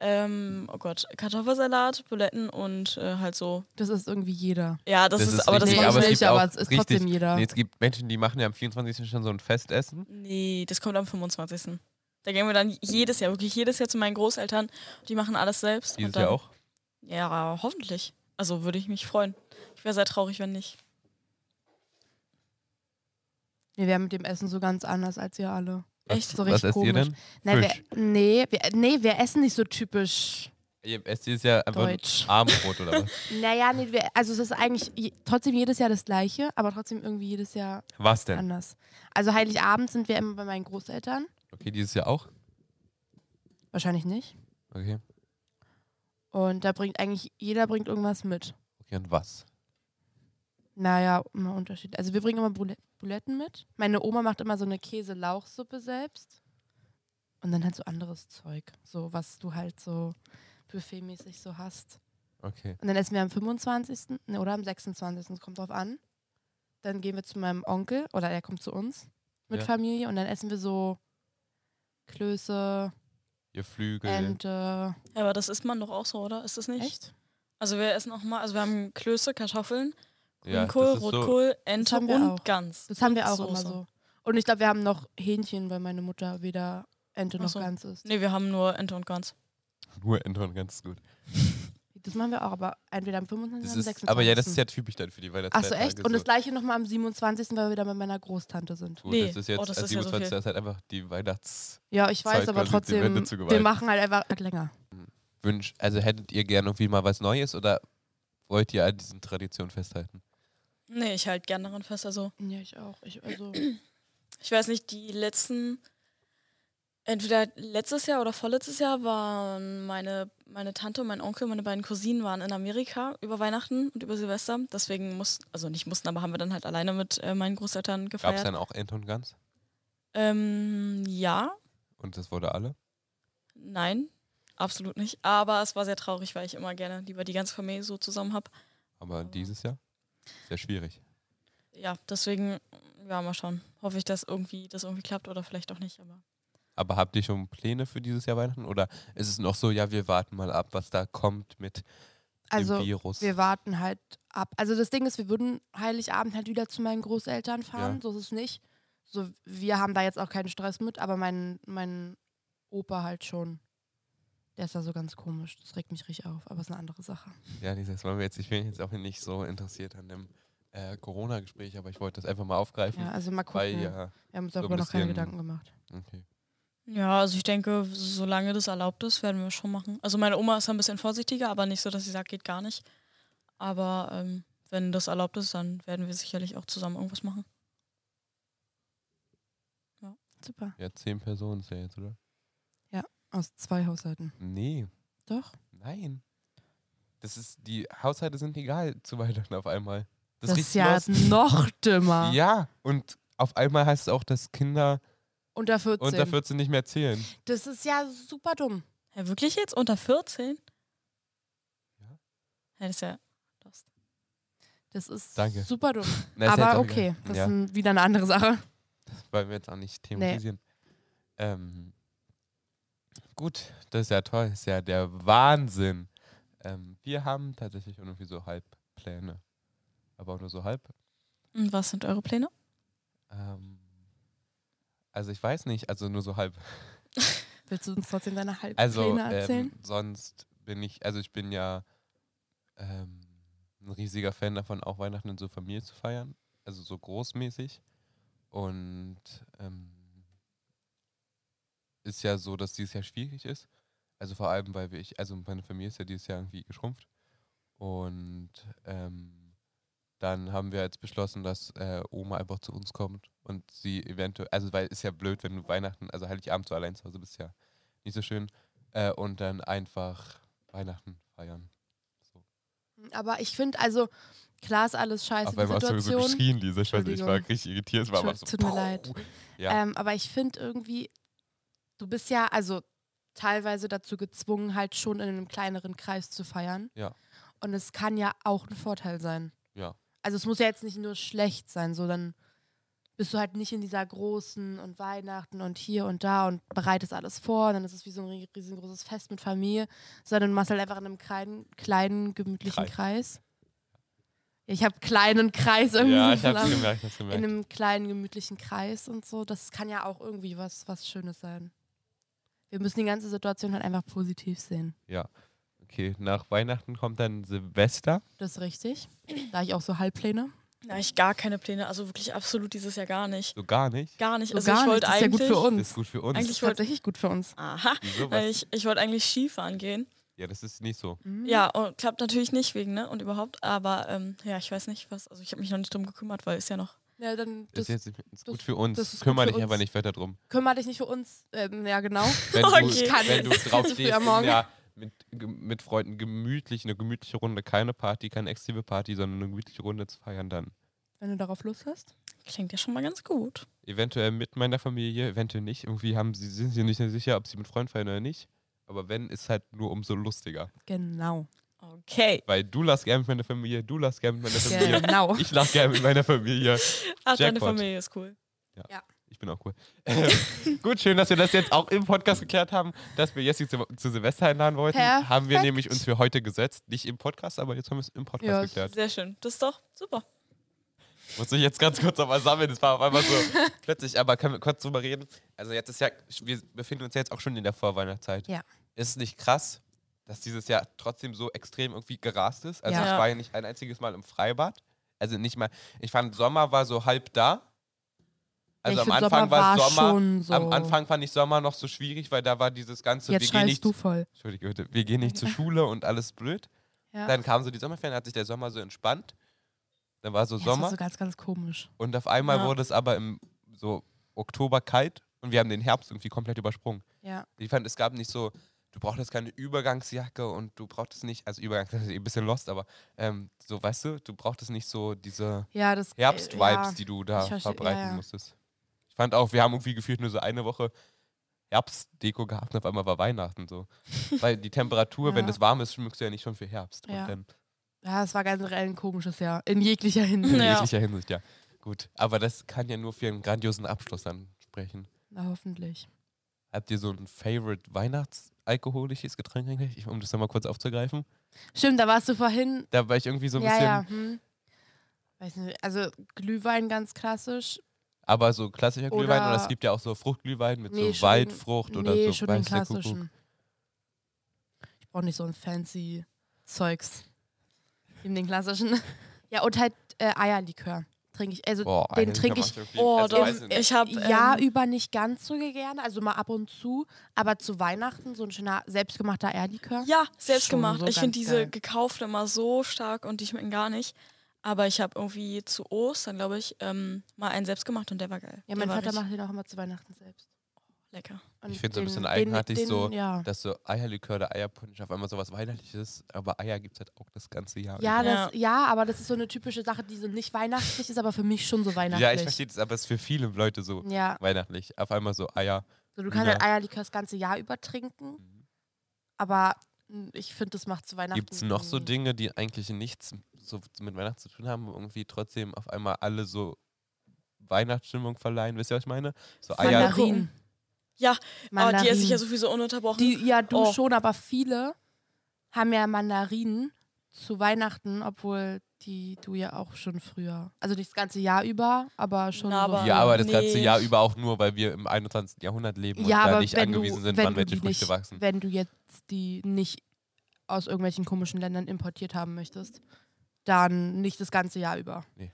S3: ähm, oh Gott, Kartoffelsalat, Buletten und äh, halt so.
S2: Das ist irgendwie jeder.
S3: Ja, das, ist, aber das
S2: richtig,
S3: halt mache
S2: aber es
S3: ich nicht.
S2: nicht, aber es ist trotzdem jeder.
S1: Nee, es gibt Menschen, die machen ja am 24. schon so ein Festessen.
S3: Nee, das kommt am 25. Da gehen wir dann jedes Jahr, wirklich jedes Jahr zu meinen Großeltern. Die machen alles selbst.
S1: Dieses
S3: und dann,
S1: Jahr auch.
S3: Ja, hoffentlich. Also würde ich mich freuen. Ich wäre sehr traurig, wenn nicht.
S2: Nee, wir haben mit dem Essen so ganz anders als ihr alle.
S1: Was-
S2: Echt? So
S1: was
S2: richtig
S1: esst ihr
S2: komisch.
S1: denn?
S2: Na, wir,
S1: Fisch.
S2: nee, wir, nee, wir essen nicht so typisch
S1: Ihr esst dieses Jahr einfach
S2: Deutsch.
S1: Armbrot oder
S2: <laughs>
S1: was?
S2: Naja, nee, wir, also es ist eigentlich je, trotzdem jedes Jahr das gleiche, aber trotzdem irgendwie jedes Jahr
S1: Was denn?
S2: anders. Also Heiligabend sind wir immer bei meinen Großeltern.
S1: Okay, dieses Jahr auch?
S2: Wahrscheinlich nicht.
S1: Okay.
S2: Und da bringt eigentlich, jeder bringt irgendwas mit.
S1: Okay, und was?
S2: Naja, immer Unterschied. Also wir bringen immer Boule- Buletten mit. Meine Oma macht immer so eine Käse-Lauchsuppe selbst. Und dann halt so anderes Zeug. So, was du halt so buffetmäßig so hast.
S1: Okay.
S2: Und dann essen wir am 25. ne, oder am 26. Es kommt drauf an. Dann gehen wir zu meinem Onkel oder er kommt zu uns mit
S1: Ja.
S2: Familie und dann essen wir so Klöße,
S1: Ihr Flügel.
S2: Ente.
S3: Ja, aber das isst man doch auch so, oder? Ist das nicht?
S2: Echt?
S3: Also wir essen auch mal, also wir haben Klöße, Kartoffeln,
S1: Ja,
S3: Grünkohl,
S1: das ist so-
S3: Rotkohl, Ente
S2: haben
S3: und
S2: wir auch.
S3: Gans.
S2: Das haben wir auch
S3: Soße.
S2: immer so. Und ich glaube, wir haben noch Hähnchen, weil meine Mutter weder Ente
S3: Ach
S2: noch
S3: so.
S2: Gans ist.
S3: Nee, wir haben nur Ente und Gans.
S1: Nur Ente und ganz gut.
S2: Das machen wir auch, aber entweder am 25.
S1: Das
S2: oder am
S1: ist,
S2: 26.
S1: aber ja, das ist ja typisch dann für die Weihnachtszeit.
S2: Achso, echt? Und das gleiche nochmal am 27., weil wir da mit meiner Großtante sind.
S1: Gut,
S3: Nee.
S1: das ist jetzt,
S3: Oh, das
S1: als
S3: ist ja so
S1: 27.
S3: viel.
S1: ist halt einfach die Weihnachtswünsche.
S2: Ja, ich weiß,
S1: Zeit
S2: aber
S1: quasi dem
S2: trotzdem,
S1: Ende
S2: wir
S1: zugeweiht.
S2: Halt machen halt einfach länger.
S1: Also hättet ihr gern irgendwie mal was Neues oder wollt ihr an diesen Traditionen festhalten?
S3: Nee, ich halte gern daran fest. Also,
S2: Ja, ich auch. Ich, also,
S3: ich weiß nicht, die letzten, entweder letztes Jahr oder vorletztes Jahr waren meine, meine Tante und mein Onkel, meine beiden Cousinen waren in Amerika über Weihnachten und über Silvester. Deswegen mussten, also nicht mussten, aber haben wir dann halt alleine mit äh, meinen Großeltern
S1: Gab es
S3: gefeiert.
S1: dann auch Ent und Gans?
S3: Ähm, ja,
S1: Und das wurde alle?
S3: nein, absolut nicht. Aber es war sehr traurig, weil ich immer gerne lieber die ganze Familie so zusammen habe.
S1: Aber
S3: Mhm.
S1: dieses Jahr? Sehr schwierig.
S3: Ja, deswegen, ja, mal schauen. Hoffe ich, dass irgendwie das irgendwie klappt oder vielleicht auch nicht. Aber
S1: Aber habt ihr schon Pläne für dieses Jahr Weihnachten? Oder ist es noch so, ja, wir warten mal ab, was da kommt mit
S2: also
S1: dem Virus?
S2: wir warten halt ab. Also das Ding ist, wir würden Heiligabend halt wieder zu meinen Großeltern fahren.
S1: Ja.
S2: So ist es nicht. So, wir haben da jetzt auch keinen Stress mit, aber mein, mein Opa halt schon. Der ist da so ganz komisch. Das regt mich richtig auf, aber ist eine andere Sache.
S1: Ja, dieses Mal jetzt, ich bin jetzt auch nicht so interessiert an dem äh, Corona-Gespräch, aber ich wollte das einfach mal aufgreifen.
S2: Ja, also mal
S1: weil
S2: gucken.
S1: ja,
S2: Wir haben uns
S1: Hm. so ein
S2: darüber noch keine
S1: bisschen-
S2: Gedanken gemacht.
S1: okay.
S3: ja, also ich denke, solange das erlaubt ist, werden wir schon machen. Also meine Oma ist ein bisschen vorsichtiger, aber nicht so, dass sie sagt, geht gar nicht. Aber ähm, wenn das erlaubt ist, dann werden wir sicherlich auch zusammen irgendwas machen.
S2: Super.
S1: Ja, zehn Personen ist ja jetzt, oder?
S2: Aus zwei Haushalten.
S1: Nee,
S2: Doch.
S1: nein. Das ist, die Haushalte sind egal zu Weihnachten auf einmal.
S2: Das,
S1: riecht
S2: ist ja noch dümmer.
S1: <laughs> Ja, und auf einmal heißt es auch, dass Kinder
S2: Unter 14.
S1: unter 14 nicht mehr zählen.
S2: Das ist ja super dumm.
S3: Hä, wirklich jetzt? Unter 14?
S1: Ja.
S3: Ja. das ist ja lost.
S2: Das ist
S1: Danke.
S2: super dumm.
S1: Na, ist jetzt
S2: Aber
S1: auch
S2: okay,
S1: egal.
S2: das
S1: ja.
S2: ist ein- wieder eine andere Sache.
S1: wollen wir jetzt auch nicht thematisieren. Ähm, gut, das ist ja toll, das ist ja der Wahnsinn. Ähm, wir haben tatsächlich irgendwie so Halbpläne, aber auch nur so halb.
S3: Und was sind eure Pläne?
S1: Ähm, also ich weiß nicht, also nur so halb.
S2: Willst du uns trotzdem deine halben
S1: Also
S2: Pläne erzählen?
S1: ähm, sonst bin ich, also ich bin ja ähm, ein riesiger Fan davon, auch Weihnachten in so Familie zu feiern, also so großmäßig. Und ähm, ist ja so, dass dieses Jahr schwierig ist. Also vor allem, weil wir ich, also meine Familie ist ja dieses Jahr irgendwie geschrumpft. Und ähm, dann haben wir jetzt beschlossen, dass äh, Oma einfach zu uns kommt und sie eventuell, also weil ist ja blöd, wenn du Weihnachten, also Heiligabend so allein zu Hause bist, ja nicht so schön. Äh, und dann einfach Weihnachten feiern. So.
S2: Aber ich finde, also klar ist alles scheiße,
S1: Auf
S2: Also die
S1: einmal hast du so
S2: Situation.
S1: geschrien, Lisa. Ich weiß nicht, ich war
S2: Entschuldigung.
S1: richtig irritiert. Es war einfach so,
S2: Entschuldigung, tut mir leid.
S1: Ja.
S2: Ähm, aber ich finde irgendwie, du bist ja also teilweise dazu gezwungen, halt schon in einem kleineren Kreis zu feiern.
S1: Ja.
S2: Und es kann ja auch ein Vorteil sein.
S1: Ja.
S2: Also es muss ja jetzt nicht nur schlecht sein, so dann bist du halt nicht in dieser großen und Weihnachten und hier und da und bereitest alles vor, dann ist es wie so ein ri- riesengroßes Fest mit Familie, sondern du machst halt einfach in einem kleinen, kleinen gemütlichen
S1: Kreis.
S2: Kreis. Ja, ich habe kleinen Kreis irgendwie
S1: ja,
S2: Ähm, so
S1: ich hab's
S2: zusammen-
S1: gemerkt, ich hab's
S2: in
S1: gemerkt.
S2: einem kleinen gemütlichen Kreis und so. Das kann ja auch irgendwie was, was Schönes sein. Wir müssen die ganze Situation halt einfach positiv sehen.
S1: Okay, nach Weihnachten kommt dann Silvester.
S2: Das ist richtig. Da ich auch so Halbpläne.
S3: Na, ich gar keine Pläne. Also wirklich absolut dieses Jahr gar nicht.
S1: So gar nicht.
S3: Gar nicht.
S2: So
S3: also
S2: gar
S3: ich
S2: nicht.
S3: wollte
S2: Das ist ja
S3: eigentlich.
S2: gut für
S1: Das ist
S2: uns.
S1: gut für uns.
S2: Das
S3: Eigentlich
S2: ist
S3: wollte-
S2: tatsächlich gut für uns.
S3: Aha.
S1: Wieso?
S3: Weil
S1: Was?
S3: ich, ich wollte eigentlich Skifahren gehen.
S1: Ja, das ist nicht so.
S2: Mhm.
S3: Ja, und klappt natürlich nicht wegen, ne? Und überhaupt. Aber ähm, ja, ich weiß nicht was. Also ich habe mich noch nicht drum gekümmert, weil ist ja noch.
S2: ja dann
S1: Das,
S2: das,
S1: ist, jetzt, ist gut
S2: das-
S1: für uns.
S2: das ist gut
S1: Kümmer
S2: für
S1: dich aber
S2: uns.
S1: nicht weiter
S2: <laughs>
S1: drum.
S2: kümmere dich nicht für uns. Ähm, ja, genau.
S1: Wenn
S2: <laughs>
S1: du,
S3: Okay. Ich kann
S1: wenn du
S2: nicht.
S1: drauf
S2: Zu <laughs> früh
S1: stehst,
S2: am Morgen.
S1: ja, mit, ge- mit Freunden gemütlich, eine gemütliche Runde, keine Party, keine exzessive Party, sondern eine gemütliche Runde zu feiern dann.
S2: Wenn du darauf Lust hast.
S3: Klingt ja schon mal ganz gut.
S1: eventuell mit meiner Familie, eventuell nicht. Irgendwie haben sie, sind sie nicht sehr sicher, ob sie mit Freunden feiern oder nicht. Aber wenn, ist halt nur umso lustiger.
S2: Genau.
S3: Okay.
S1: Weil du lachst gerne mit meiner Familie, du lachst gerne mit meiner Familie.
S2: Genau.
S1: Ich lach gerne mit meiner Familie.
S3: Ach, ah, deine
S1: Jackpot.
S3: Familie ist cool.
S1: Ich bin auch cool. Ähm, Gut, schön, dass wir das jetzt auch im Podcast geklärt haben, dass wir Jessi zu, zu Silvester einladen wollten. Haben wir
S2: Perfekt.
S1: nämlich uns für heute gesetzt. Nicht im Podcast, aber jetzt haben wir es im Podcast
S2: Ja,
S1: geklärt.
S3: Sehr schön. Das ist doch super.
S1: Muss ich jetzt ganz kurz nochmal sammeln. Das war auf
S2: <laughs>
S1: einmal so plötzlich, aber können wir kurz drüber reden? Also jetzt ist ja, wir befinden uns ja jetzt auch schon in der Vorweihnachtszeit.
S2: Ja.
S1: Ist es nicht krass, dass dieses Jahr trotzdem so extrem irgendwie gerast ist? Also
S2: Ja.
S1: ich war ja nicht ein einziges Mal im Freibad. Also nicht mal, ich fand Sommer war so halb da. Also
S2: ich
S1: am
S2: find,
S1: Anfang
S2: Sommer
S1: war
S2: war
S1: Sommer,
S2: schon so.
S1: am Anfang fand ich Sommer noch so schwierig, weil da war dieses ganze,
S2: Jetzt
S1: wir gehen
S2: schreist
S1: nicht
S2: du voll.
S1: Entschuldige bitte, wir gehen nicht zur Schule und alles blöd.
S2: Ja.
S1: Dann kamen so die Sommerferien, hat sich der Sommer so entspannt. Dann war so
S2: ja, Das
S1: Sommer
S2: war so ganz, ganz komisch.
S1: und auf einmal
S3: Ja.
S1: wurde es aber im so Oktober kalt und wir haben den Herbst irgendwie komplett übersprungen.
S2: Ja.
S1: Ich fand, es gab nicht so, du brauchtest keine Übergangsjacke und du brauchtest nicht, also Übergangs <laughs> das ist eh ein bisschen lost, aber ähm, so, weißt du, du brauchtest nicht so diese
S2: Ja, das. äh,
S1: Herbst-Vibes,
S2: ja.
S1: die du da
S2: ich verstehe,
S1: verbreiten
S2: ja, ja.
S1: musstest. Ich fand auch, wir haben irgendwie gefühlt nur so eine Woche Herbstdeko gehabt und auf einmal war Weihnachten
S2: <laughs>
S1: so. Weil die Temperatur, wenn
S2: Ja.
S1: es warm ist, schmückst du ja nicht schon für Herbst.
S2: Ja.
S1: Und
S2: <laughs>
S1: dann
S2: Ja, es war generell ein komisches Jahr. In jeglicher Hinsicht.
S1: in
S3: Ja.
S1: jeglicher Hinsicht, ja. Gut, aber das kann ja nur für einen grandiosen Abschluss dann sprechen.
S2: Na, hoffentlich.
S1: Habt ihr so ein Favorite Weihnachtsalkoholisches Getränk eigentlich, Ich- um das nochmal kurz aufzugreifen?
S2: Stimmt, da warst du vorhin.
S1: Da war ich irgendwie so ein
S2: ja,
S1: bisschen,
S2: ja. Hm. Weiß nicht, also Glühwein ganz klassisch.
S1: aber so klassischer
S2: Oder-
S1: Glühwein oder es gibt ja auch so Fruchtglühwein mit
S2: Nee,
S1: so
S2: schon den-
S1: Waldfrucht oder
S2: nee,
S1: so
S2: schon den
S1: weiß der Kuckuck.
S2: klassischen. Ich brauche nicht so ein fancy Zeugs. Eben den klassischen. <laughs> Ja, und halt äh, Eierlikör trinke ich. Also
S1: Boah,
S2: den
S1: Eierlikör
S2: trinke
S1: mag
S2: ich
S1: irgendwie-
S3: Oh,
S1: also
S3: doch.
S1: weiß ich nicht.
S3: Ich ähm, habe
S2: Jahr über nicht ganz so gerne, also mal ab und zu, aber zu Weihnachten so ein schöner selbstgemachter Eierlikör.
S3: Ja, selbst
S2: Schon
S3: gemacht.
S2: so
S3: ich
S2: ganz
S3: finde diese
S2: geil.
S3: gekauften immer so stark und die schmecken gar nicht. Aber ich habe irgendwie zu Ostern, glaube ich, ähm, mal einen selbst gemacht und der war geil.
S2: Ja,
S3: der
S2: mein
S3: war
S2: Vater
S3: richtig
S2: macht den auch immer zu Weihnachten selbst.
S3: lecker.
S2: Und
S1: Ich find's so ein bisschen
S2: den-
S1: eigenartig so,
S2: Ja,
S1: dass so Eierlikör oder Eierpunsch auf einmal sowas Weihnachtliches, aber Eier gibt es halt auch das ganze Jahr.
S2: ja,
S1: über.
S2: das, ja, aber das ist so eine typische Sache, die so nicht weihnachtlich ist, aber für mich schon so weihnachtlich.
S1: ja ich verstehe das, aber es ist für viele Leute so
S2: Ja,
S1: weihnachtlich. Auf einmal so Eier.
S2: so, du kannst
S1: Ja.
S2: halt Eierlikör das ganze Jahr über trinken, aber mh, ich finde, das macht zu Weihnachten.
S1: Gibt es noch so
S2: nie-
S1: Dinge, die eigentlich nichts so mit Weihnachten zu tun haben, aber irgendwie trotzdem auf einmal alle so Weihnachtsstimmung verleihen? Wisst ihr, was ich meine? So ah Eier.
S3: Mandarinen.
S2: Mandarin.
S3: Ja, Aber die esse ich ja
S2: Mandarinen.
S3: sowieso ununterbrochen.
S2: Die, ja, du
S3: Oh.
S2: schon, aber viele haben ja Mandarinen zu Weihnachten, obwohl die du ja auch schon früher, also nicht das ganze Jahr über, aber schon.
S3: Na, aber-
S2: so.
S1: Ja, aber das ganze
S3: Nee.
S1: Jahr über auch nur, weil wir im 21. Jahrhundert leben und
S2: Ja,
S1: da
S2: aber
S1: nicht
S2: wenn du-
S1: angewiesen sind,
S2: wenn
S1: wann
S2: du
S1: welche
S2: die
S1: Früchte
S2: nicht-
S1: wachsen.
S2: Wenn du jetzt die nicht aus irgendwelchen komischen Ländern importiert haben möchtest, dann nicht das ganze Jahr über.
S1: Nee.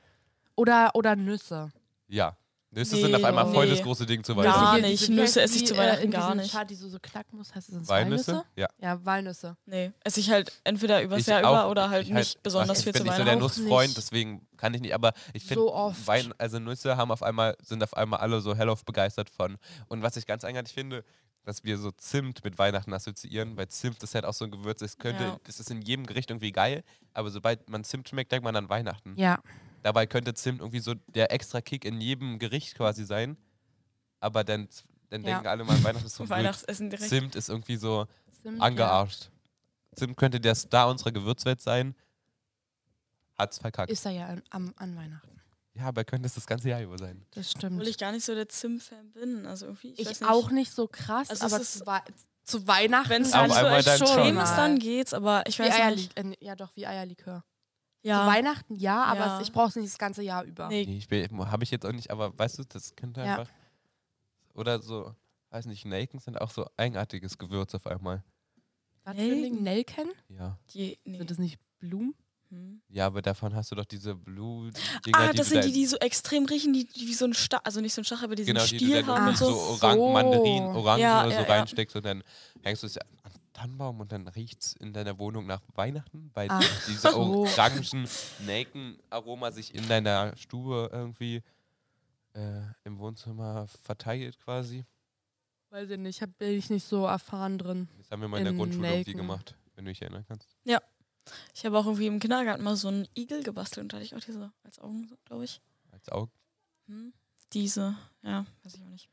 S2: Oder, oder Nüsse.
S1: Ja. Nüsse sind auf
S3: Nee,
S1: einmal voll
S3: nee.
S1: das große Ding zu
S3: Weiß
S2: Diese
S3: Gar
S1: Weihnachten.
S2: hier,
S3: nicht.
S2: diese
S3: Nüsse
S2: Plätzchen,
S3: esse ich zu
S2: die, äh,
S3: Weihnachten
S2: in diesen
S3: gar nicht.
S2: Schad, die du so knacken musst, heißt es
S1: Walnüsse?
S2: Walnüsse?
S1: Ja.
S2: Ja, Walnüsse.
S3: Nee, esse ich halt entweder übers
S1: Ich
S3: Jahr
S1: auch.
S3: über oder halt
S1: Ich
S3: nicht besonders
S1: ich
S3: viel
S1: bin
S3: zu
S1: nicht so der
S3: Weihnachten.
S2: Weihnachten.
S1: Nussfreund,
S2: Nicht.
S1: deswegen kann ich nicht, aber ich finde,
S2: So oft.
S1: Wein, also Nüsse haben auf einmal, sind auf einmal alle so hellauf begeistert von. Und was ich ganz eigenartig finde, dass wir so Zimt mit Weihnachten assoziieren, weil Zimt ist halt auch so ein Gewürz, es könnte,
S3: Ja.
S1: das ist in jedem Gericht irgendwie geil, aber sobald man Zimt schmeckt, denkt man an Weihnachten.
S2: Ja.
S1: Dabei könnte Zimt irgendwie so der extra Kick in jedem Gericht quasi sein, aber dann, dann
S2: Ja.
S1: denken alle mal an Weihnachten
S2: <laughs>
S1: ist so
S3: Zum
S1: blöd.
S3: Weihnachtsessen direkt.
S1: Zimt ist irgendwie so,
S2: Zimt, ja.
S1: angearscht. Zimt könnte der Star unserer Gewürzwelt sein. Hat's verkackt.
S2: Ist er ja an, am- an Weihnachten.
S1: ja, aber er könnte es das ganze Jahr über sein.
S2: Das stimmt.
S3: Obwohl ich gar nicht so der Zimt-Fan bin. Also irgendwie, ich,
S2: Ich,
S3: weiß nicht.
S2: auch nicht so krass,
S3: Also es
S2: aber
S3: ist-
S2: zu, Wei- zu Weihnachten.
S3: Wenn es
S1: Aber
S3: halt so
S1: einmal dann
S3: extrem
S1: schon.
S3: ist, dann geht's. Aber ich
S2: wie
S3: weiß
S2: Eierli
S3: nicht.
S2: äh, ja, doch, wie Eierlikör. Zu
S3: Ja,
S2: Weihnachten ja, aber
S3: Ja.
S2: Es, ich brauche es nicht das ganze Jahr über.
S3: nee,
S1: Nee, ich habe ich jetzt auch nicht, aber weißt du, das könnte
S2: Ja.
S1: einfach. Oder so, weiß nicht, Nelken sind auch so eigenartiges Gewürz auf einmal.
S2: Was für ein
S3: Nelken?
S2: Ding? Nelken?
S1: Ja.
S3: die, nee.
S2: Sind das nicht Blumen?
S3: Hm.
S1: Ja, aber davon hast du doch diese Blue. -Dinger,
S3: Ah, das
S1: du da-
S3: sind die, die so extrem riechen, die, die wie so ein Stachel, also nicht so ein Stachel, aber diesen
S1: genau, die du
S3: Stiel
S1: dann
S3: haben
S1: irgendwie
S3: und
S1: so,
S3: so.
S1: Orang
S2: So.
S1: Mandarinen, Orangen
S3: Ja,
S1: oder so
S3: ja, ja.
S1: reinsteckst und dann hängst du es an den Tannenbaum und dann riecht es in deiner Wohnung nach Weihnachten, weil
S2: Ach
S1: diese
S2: so.
S1: orangen Nelkenaroma sich in deiner Stube irgendwie äh, im Wohnzimmer verteilt quasi.
S2: Weiß ich nicht, hab, bin ich nicht so erfahren drin.
S1: Das haben wir mal in der
S2: In
S1: Grundschule irgendwie
S2: Nelken.
S1: gemacht, wenn du dich erinnern kannst.
S3: Ich habe auch irgendwie im Kindergarten mal so einen Igel gebastelt und da hatte ich auch diese als Augen, glaube ich.
S1: Als Augen.
S3: Hm. Diese, ja, weiß ich auch nicht.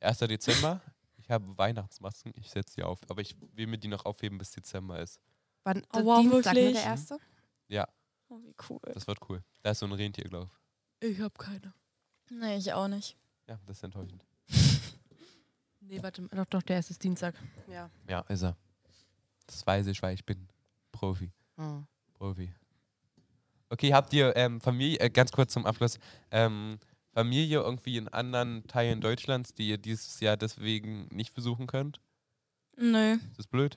S1: 1. Dezember. Ich habe Weihnachtsmasken, ich setze die auf. Aber ich will mir die noch aufheben, bis Dezember ist.
S2: Wann,
S3: Oh, wow,
S2: Dienstag, ne,
S3: wirklich?
S2: der erste?
S3: Oh, wie cool.
S1: Das wird cool. Da ist so ein Rentierglauf.
S2: Ich hab keine.
S3: Nee, ich auch nicht.
S1: Ja, das ist enttäuschend.
S2: Nee, warte, mal, doch, doch, der erste ist Dienstag. Ja.
S1: Ja, ist er. Das weiß ich, weil ich bin Profi.
S2: Oh.
S1: Profi. Okay, habt ihr ähm, Familie, äh, ganz kurz zum Abschluss, ähm, Familie irgendwie in anderen Teilen Deutschlands, die ihr dieses Jahr deswegen nicht besuchen könnt?
S3: Nö.
S1: Ist das blöd?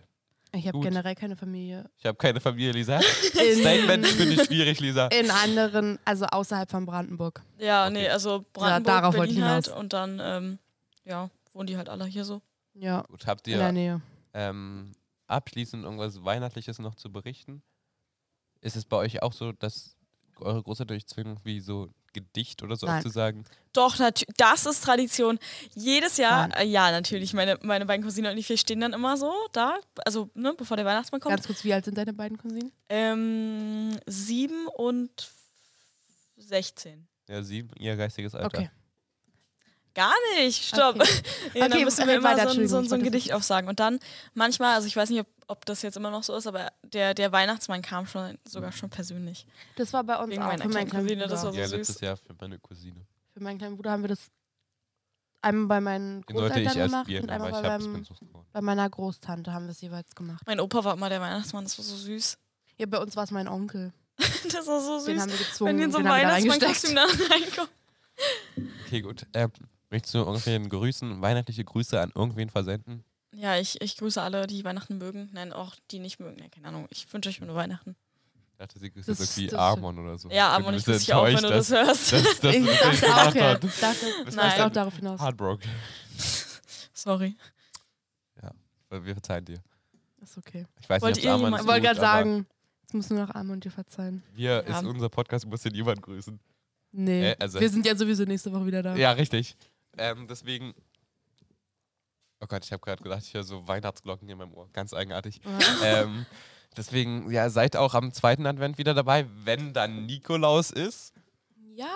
S2: Ich habe
S1: Gut.
S2: generell keine Familie.
S1: Ich habe keine Familie,
S2: <laughs>
S1: Lisa.
S2: In,
S1: Statement finde ich schwierig, Lisa.
S2: in anderen, also außerhalb von Brandenburg.
S3: Ja,
S1: Okay.
S3: nee, also Brandenburg,
S2: darauf wollte ich
S3: Berlin halt
S2: hinaus.
S3: und dann, ähm, ja, wohnen die halt alle hier so.
S2: Ja,
S1: Gut, habt
S2: in der
S1: ihr
S2: Nähe.
S1: ähm, abschließend irgendwas Weihnachtliches noch zu berichten? Ist es bei euch auch so, dass eure Großeltern euch zwingen, wie so Gedicht oder so
S2: Nein.
S1: aufzusagen?
S3: Doch, natu- das ist Tradition. Jedes Jahr,
S2: Nein.
S3: äh, ja, natürlich, meine, meine beiden Cousinen und ich, wir stehen dann immer so da, also ne, bevor der Weihnachtsmann kommt.
S2: Ganz kurz, wie alt sind deine beiden Cousinen?
S3: Ähm, sieben und 16.
S1: Ja, sie, ihr geistiges Alter.
S2: Okay.
S3: Gar nicht, stopp.
S2: Okay.
S3: <laughs> Ja, dann
S2: Okay,
S3: müssen wir
S2: red
S3: immer
S2: weiter,
S3: so ein, so, ein-
S2: Entschuldigung, ich
S3: so ein
S2: wollte-
S3: Gedicht aufsagen. Und dann manchmal, also ich weiß nicht, ob, ob das jetzt immer noch so ist, aber der, der Weihnachtsmann kam schon sogar schon persönlich.
S2: Das war bei uns
S3: Wegen
S2: auch. Für
S3: meiner
S2: meinen,
S3: kleinen
S2: kleinen
S3: Cousine,
S2: Bruder.
S3: das war so
S1: ja,
S3: süß.
S1: letztes Jahr für meine Cousine.
S2: Für meinen kleinen Bruder haben wir das einmal bei meinen
S1: Den sollte ich
S2: Großeltern
S1: erst
S2: gemacht
S1: spielen,
S2: und
S1: aber
S2: einmal
S1: ich
S2: bei,
S1: habe es
S2: meinem,
S1: ganz geworden.
S2: bei meiner Großtante haben wir es jeweils gemacht.
S3: Mein Opa war immer der Weihnachtsmann, das war so süß. <laughs>
S2: Ja, bei uns war es mein Onkel.
S3: Das war so
S2: Den
S3: süß.
S2: haben wir gezwungen,
S3: Wenn die
S2: den,
S3: in so ein
S2: haben wir da reingesteckt.
S3: Weihnachtsmann-Kostüm da <laughs> reinkommen.
S1: Okay, gut. Ähm, möchtest du irgendwen grüßen, weihnachtliche Grüße an irgendwen versenden?
S3: Ja, ich, ich grüße alle, die Weihnachten mögen. Nein, auch die nicht mögen. Ja, keine Ahnung. Ich wünsche euch nur Weihnachten.
S1: Ich dachte, sie grüßt
S2: Das-
S1: jetzt irgendwie
S2: das-
S1: Amon oder so.
S3: Ja,
S1: Oh, Bin ein
S3: aber ich
S1: bisschen
S3: grüße dich auch, wenn du
S1: enttäuscht,
S3: das
S1: <laughs>
S3: hörst.
S1: dass- dass- dass du
S2: Ich
S1: das nicht
S2: dachte auch,
S1: gemacht
S2: ja.
S1: hast.
S2: Ich dachte, ich
S3: Nein.
S2: dachte auch darauf hinaus.
S1: Heartbroken.
S3: <laughs> Sorry.
S1: Wir verzeihen dir.
S2: Ist okay.
S1: Ich weiß
S3: Wollt
S1: nicht,
S3: ihr
S1: ob
S3: jemand-
S2: Ich
S3: Ist
S2: wollte gerade sagen, jetzt muss nur noch Arme und dir verzeihen.
S1: Hier
S3: Ja.
S1: ist unser Podcast, muss hier niemand grüßen.
S2: Nee,
S1: Äh, also-
S2: wir sind ja sowieso nächste Woche wieder da.
S1: Ja, richtig. Ähm, deswegen. Oh Gott, ich habe gerade gedacht, ich höre so Weihnachtsglocken in meinem Ohr. Ganz eigenartig.
S2: Ja.
S1: ähm, deswegen, ja, seid auch am zweiten Advent wieder dabei, wenn dann Nikolaus ist.
S2: ja.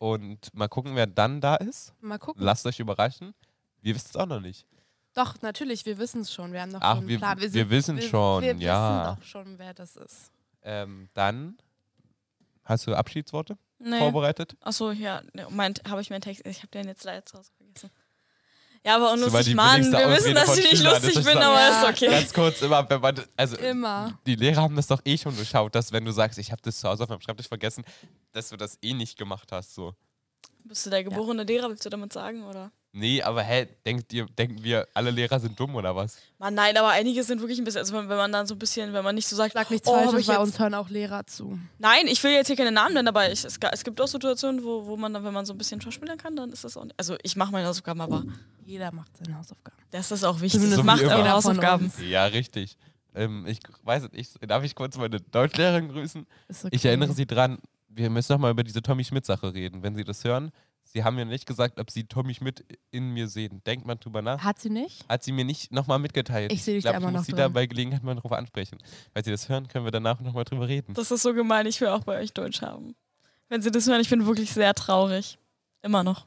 S1: Und mal gucken, wer dann da ist.
S2: Mal gucken.
S1: Lasst euch überraschen. Wir wissen es auch noch nicht.
S2: Doch, natürlich, wir wissen es schon. Wir haben doch
S1: Ach,
S2: schon einen
S1: wir-
S2: Plan.
S1: wir wissen schon,
S2: wir
S1: ja.
S2: wissen doch schon, wer das ist.
S1: Ähm, dann hast du Abschiedsworte
S3: Nee.
S1: vorbereitet?
S3: Achso, ja. Ne, Meint, habe ich meinen Text. Ich habe den jetzt leider zu Hause vergessen. Ja, aber
S1: Das war die
S3: unlustig, Mann.
S1: billigste
S3: Wir wissen,
S1: Ausrede
S3: dass
S1: von
S3: ich nicht
S1: Schülern, das
S3: lustig
S1: ist
S3: bin,
S1: doch-
S3: aber
S2: Ja.
S3: ist okay.
S1: Ganz kurz, immer, wenn man, also
S2: Immer.
S1: die Lehrer haben das doch eh schon geschaut, dass wenn du sagst, ich habe das zu Hause auf meinem Schreibtisch vergessen, dass du das eh nicht gemacht hast, so.
S3: Bist du der geborene Lehrer, willst du damit sagen, oder?
S1: Nee, aber hä, denkt ihr, denken wir, alle Lehrer sind dumm oder was?
S3: Mann, nein, aber einige sind wirklich ein bisschen, also wenn, wenn man dann so ein bisschen, wenn man nicht so sagt,
S2: Sag nichts
S3: oh, hab
S2: Falsches,
S3: ich
S2: bei
S3: jetzt,
S2: uns hören auch Lehrer zu.
S3: Nein, ich will jetzt hier keine Namen nennen, aber ich, es, ga- es gibt auch Situationen, wo, wo man dann, wenn man so ein bisschen schauspielern kann, dann ist das auch nicht. Also ich mache meine Hausaufgaben, aber
S2: Jeder macht seine Hausaufgaben.
S3: das ist auch wichtig.
S2: Zumindest
S1: So wie
S3: macht
S1: immer.
S3: eure
S1: von
S3: Hausaufgaben.
S2: uns.
S1: <laughs> Ja, richtig. Ähm, ich weiß es nicht, darf ich kurz meine Deutschlehrerin grüßen?
S2: Ist okay.
S1: Ich erinnere Sie dran, wir müssen nochmal über diese Tommy Schmidt-Sache reden. Wenn Sie das hören, Sie haben mir nicht gesagt, ob Sie Tommy Schmidt in mir sehen. Denkt mal drüber nach.
S2: Hat sie nicht?
S1: Hat sie mir nicht nochmal mitgeteilt.
S2: Ich seh dich
S1: glaub,
S2: da immer
S1: ich muss
S2: noch
S1: Sie da
S2: drin.
S1: bei Gelegenheit mal drauf ansprechen. Weil Sie das hören, können wir danach nochmal drüber reden.
S3: Das ist so gemein, ich will auch bei euch Deutsch haben. Wenn sie das hören, ich bin wirklich sehr traurig. Immer noch.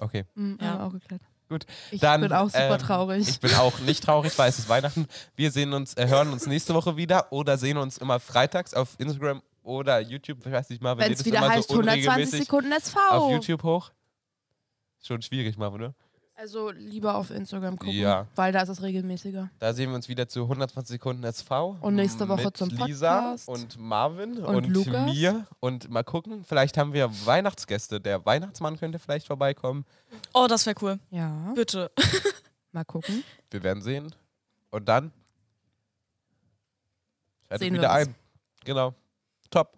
S1: Okay.
S2: Mhm,
S3: Ja.
S2: haben wir auch geklärt.
S1: Gut,
S2: Ich
S1: Dann,
S2: bin auch super
S1: ähm,
S2: traurig.
S1: Ich bin auch nicht traurig, weil es ist Weihnachten. Wir sehen uns, äh, hören uns nächste Woche wieder oder sehen uns immer freitags auf Instagram oder YouTube. Ich weiß nicht mal, wir
S2: Wenn
S1: lädt
S2: es wieder
S1: immer
S2: heißt,
S1: so
S2: 120
S1: unregelmäßig
S2: Sekunden SV.
S1: auf YouTube hoch. Schon schwierig, Marvin, ne?
S2: Also lieber auf Instagram gucken,
S1: Ja.
S2: weil da ist es regelmäßiger.
S1: Da sehen wir uns wieder zu 120 Sekunden SV.
S2: Und nächste Woche
S1: mit
S2: zum
S1: Lisa
S2: Podcast.
S1: und Marvin und,
S2: Und Lukas.
S1: mir. Und mal gucken, vielleicht haben wir Weihnachtsgäste. Der Weihnachtsmann könnte vielleicht vorbeikommen.
S3: Oh, das wäre cool.
S2: Ja,
S3: Bitte.
S2: mal gucken.
S1: Wir werden sehen. Und dann schaltet
S2: Sehen wir
S1: wieder
S2: uns.
S1: ein. Genau. Top.